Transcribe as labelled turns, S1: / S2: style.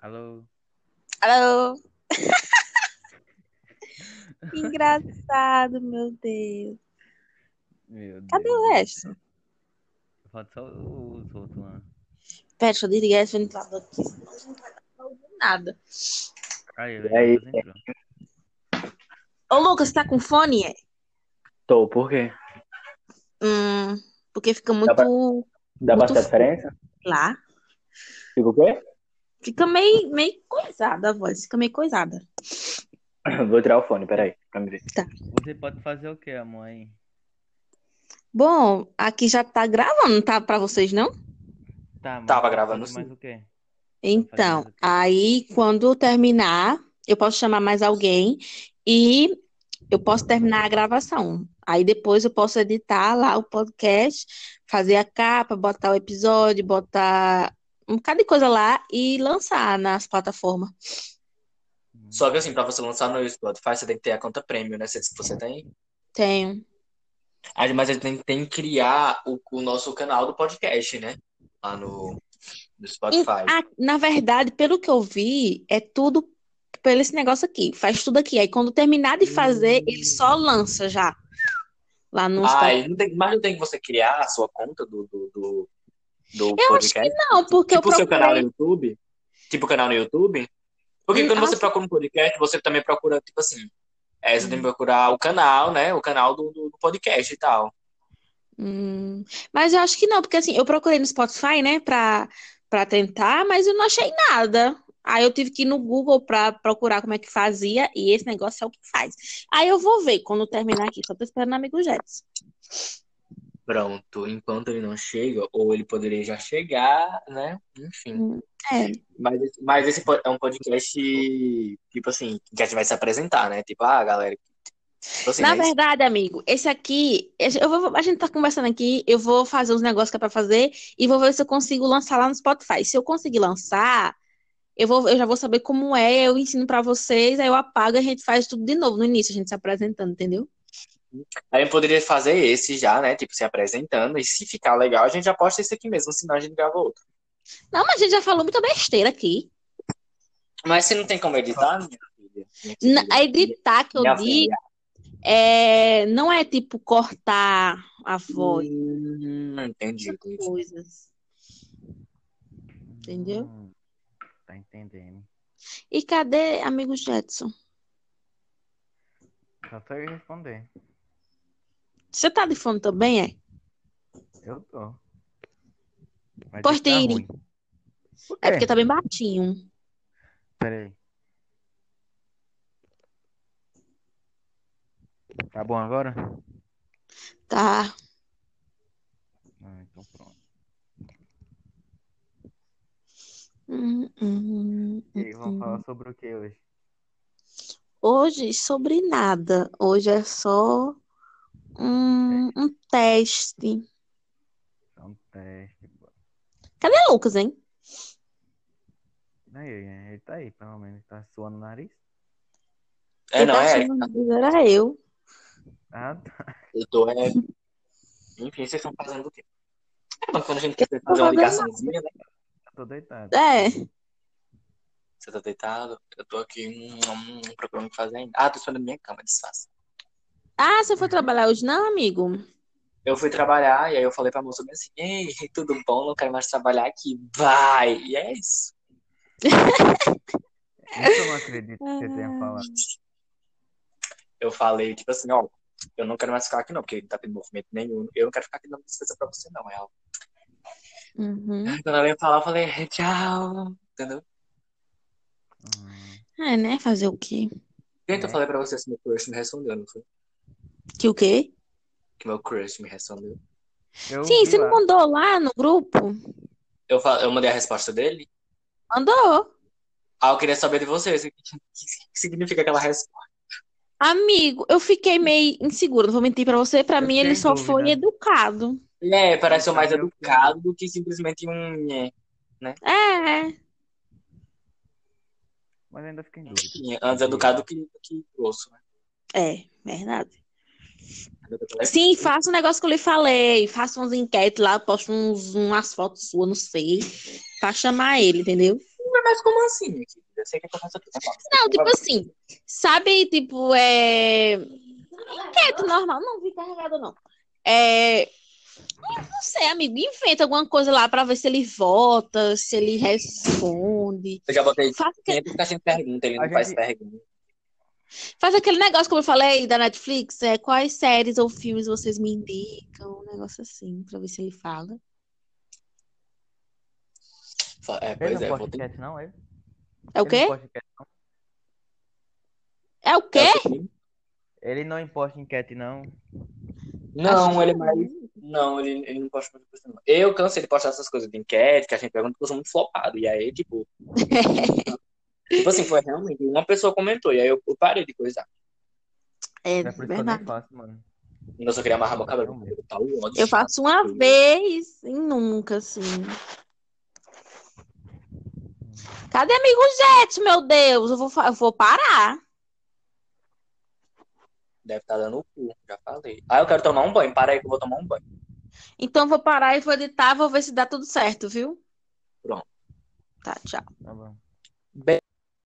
S1: Alô?
S2: Alô? Que Engraçado, meu Deus.
S1: Meu
S2: Cadê
S1: Deus.
S2: o resto?
S1: Falta só os outros lá.
S2: Pera, deixa eu desligar esse ventilador aqui, senão não vai dar pra ouvir nada.
S1: Aí,
S3: E aí?
S1: ele entrou.
S2: Ô, Lucas, tá com fone? é?
S3: Tô, por quê?
S2: Hum, porque fica
S3: Dá pra-
S2: muito
S3: Dá
S2: Muito
S3: bastante
S2: frio.
S3: diferença?
S2: lá.
S3: Fica o quê?
S2: Fica meio, meio coisada a voz, fica meio coisada.
S3: Vou tirar o fone, peraí, pra me ver.
S1: Você pode fazer o que, amor? Hein?
S2: Bom, aqui já tá gravando, não tá pra vocês, não?
S1: Tá, mas
S3: Tava
S1: pode
S3: gravando,
S1: fazer mais o quê? Tá
S2: Então,
S1: fazendo.
S2: aí quando terminar, eu posso chamar mais alguém e eu posso terminar a gravação. Aí depois eu posso editar lá o podcast, fazer a capa, botar o episódio, botar um bocado de coisa lá e lançar nas plataformas.
S4: Só que assim, pra você lançar no Spotify, você tem que ter a conta premium, né? Você disse que você tem.
S2: Tenho.
S4: Ah, Mas a gente tem, tem que criar o, o nosso canal do podcast, né? Lá no, no
S2: E,
S4: Spotify.
S2: ah, na verdade, pelo que eu vi, é tudo pelo esse negócio aqui. Faz tudo aqui. Aí quando terminar de fazer, ele só lança já. Lá no
S4: Ah,
S2: Spotify.
S4: e não tem- mas não tem que você criar a sua conta do, do, do, do
S2: Eu acho
S4: podcast?
S2: que não, porque eu
S4: tipo o seu canal
S2: procurei.
S4: no YouTube? Tipo o canal no YouTube? Porque
S2: Hum,
S4: quando
S2: ah,
S4: você procura um podcast, você também procura, tipo assim, é, você tem que procurar o canal, né? O canal do, do do podcast e tal.
S2: Hum, mas eu acho que não, porque assim, eu procurei no Spotify, né, pra, pra tentar, mas eu não achei nada. Aí eu tive que ir no Google pra procurar como é que fazia, e esse negócio é o que faz. Aí eu vou ver quando terminar aqui, só tô esperando o amigo Jets.
S4: Pronto, enquanto ele não chega, ou ele poderia já chegar, né? Enfim.
S2: É,
S4: Mas, esse- mas esse po- é um podcast, tipo assim, que a gente vai se apresentar, né? Tipo, ah, galera. Tipo assim,
S2: na
S4: né?
S2: verdade, amigo, esse aqui, esse- eu vou- a gente tá conversando aqui, eu vou fazer os negócios que é pra fazer, e vou ver se eu consigo lançar lá no Spotify. Se eu conseguir lançar, eu vou, eu já vou saber como é, eu ensino pra vocês, aí eu apago e a gente faz tudo de novo no início, a gente se apresentando, entendeu?
S4: Aí eu poderia fazer esse já, né? Tipo, se apresentando. E se ficar legal, a gente já posta esse aqui mesmo, senão a gente grava outro.
S2: Não, mas a gente já falou muita besteira aqui.
S4: Mas você não tem como editar, minha filha? Minha
S2: Na-
S4: querida?
S2: a editar que eu
S4: Minha
S2: digo
S4: filha.
S2: é, não é tipo cortar a voz,
S4: Hum, entendi. entendi.
S2: coisas. Entendeu?
S1: Hum, Tá entendendo.
S2: E cadê amigo Jetson?
S1: Só pra ele responder.
S2: Você tá de fone também, é?
S1: Eu tô. Mas
S2: Pois
S1: isso tá
S2: tem,
S1: ruim. Por
S2: É
S1: quê?
S2: porque tá bem baixinho.
S1: Peraí. Tá bom agora?
S2: Tá.
S1: Ah, então pronto.
S2: Hum, hum,
S1: E aí, vamos
S2: hum.
S1: falar sobre o que hoje?
S2: Hoje sobre nada. Hoje é só um,
S4: É.
S2: um teste.
S1: É um teste. bora.
S2: Cadê Lucas, hein?
S1: Aí, ele tá aí, pelo menos. Tá suando o nariz?
S4: É, não,
S2: tá
S4: é.
S2: achando que era eu.
S1: Ah, tá.
S4: Eu tô, é... Enfim, vocês estão fazendo o quê? É, mas quando a gente quiser
S2: tô
S4: fazer uma
S2: fazendo nada.
S4: ligaçãozinha, né?
S1: Tô deitado.
S2: É.
S4: Você tá deitado? Eu tô aqui hum, hum, procurando o que fazer ainda. Ah, tô esperando minha cama, desfaça.
S2: Ah, você foi trabalhar hoje, não, amigo?
S4: Eu fui trabalhar e aí eu falei pra moça bem assim, ei, tudo bom? Não quero mais trabalhar aqui. Vai! E é isso.
S1: Isso eu não acredito que você tenha
S2: Ah.
S1: falado.
S4: Eu falei, tipo assim, ó, eu não quero mais ficar aqui não, porque não tá tendo movimento nenhum. Eu não quero ficar aqui não, desfaça pra você não. Aí Ela,
S2: Uhum.
S4: quando ela veio falar, eu falei, "É, tchau. Entendeu?
S1: Hum,
S2: É, né? Fazer o quê?
S4: Gente, eu
S1: É.
S4: falei pra você se meu crush me respondeu, não foi?
S2: Que o quê?
S4: Que meu crush me respondeu.
S1: eu
S2: Sim,
S1: vi
S2: você
S1: Então, lá.
S2: não mandou lá no grupo?
S4: Eu, fa- eu mandei a resposta dele.
S2: Mandou.
S4: Ah, eu queria saber de vocês. O que, que- que significa aquela resposta?
S2: Amigo, eu fiquei meio insegura, não vou mentir pra você. Pra
S1: Eu
S2: mim, ele
S1: fiquei em
S2: só
S1: dúvida.
S2: foi educado.
S4: É, pareceu mais
S1: Então, eu-
S4: educado do que simplesmente um. nhé.
S2: É,
S1: Mas ainda fiquei em dúvida.
S4: Antes educado que, que grosso, né?
S2: é, verdade.
S1: É
S2: Sim, faça o negócio que eu lhe falei. Faça umas enquetes lá, posta uns, umas fotos suas, não sei. Pra chamar ele, entendeu?
S4: Mas, mas como assim, minha querida? Eu sei que acontece tudo.
S2: Não, tipo assim, sabe, tipo, é. Quieto, normal. Não vi carregado, não. É. Não sei, amigo. Inventa alguma coisa lá pra ver se ele vota, se ele responde.
S4: Eu já botei
S2: Faça aquele,
S4: 500 caixinhas de pergunta, ele não
S1: A gente-
S4: faz pergunta.
S2: faz aquele negócio, como eu falei, da Netflix, é, quais séries ou filmes vocês me indicam, um negócio assim, pra ver se ele fala.
S4: Fa- É,
S1: Ele
S4: pois
S1: não
S4: é,
S1: posta
S4: vou ter
S1: enquete, não, ele?
S2: É
S1: Ele
S2: o
S1: não
S2: quê?
S1: posta enquete, não.
S2: É o
S4: É
S2: quê?
S4: o quê?
S1: Ele não imposta enquete,
S2: É
S1: não. é
S2: Acho
S4: Não,
S2: que
S4: ele é mais. Não, ele, ele não posta muita coisa, não. Eu cansei de postar essas coisas de enquete, que a gente pergunta, porque eu sou muito flopado. E aí, tipo. tipo assim, foi realmente. Uma pessoa comentou, e aí eu, eu parei de coisar.
S2: É
S1: É por isso que eu nem
S2: verdade.
S1: faço, mano.
S4: Nossa, eu queria amarrar meu cabelo. porque Tá o ódio.
S2: Eu faço uma vez e nunca, assim. Cadê amigo Jet, meu Deus? Eu vou, fa- eu vou parar.
S4: Deve estar dando o cu, já falei. Ah, eu quero tomar um banho. Para aí que eu vou tomar um banho.
S2: Então vou parar e vou editar, vou ver se dá tudo certo, viu?
S4: Pronto.
S2: Tá, tchau.
S1: Tá bom.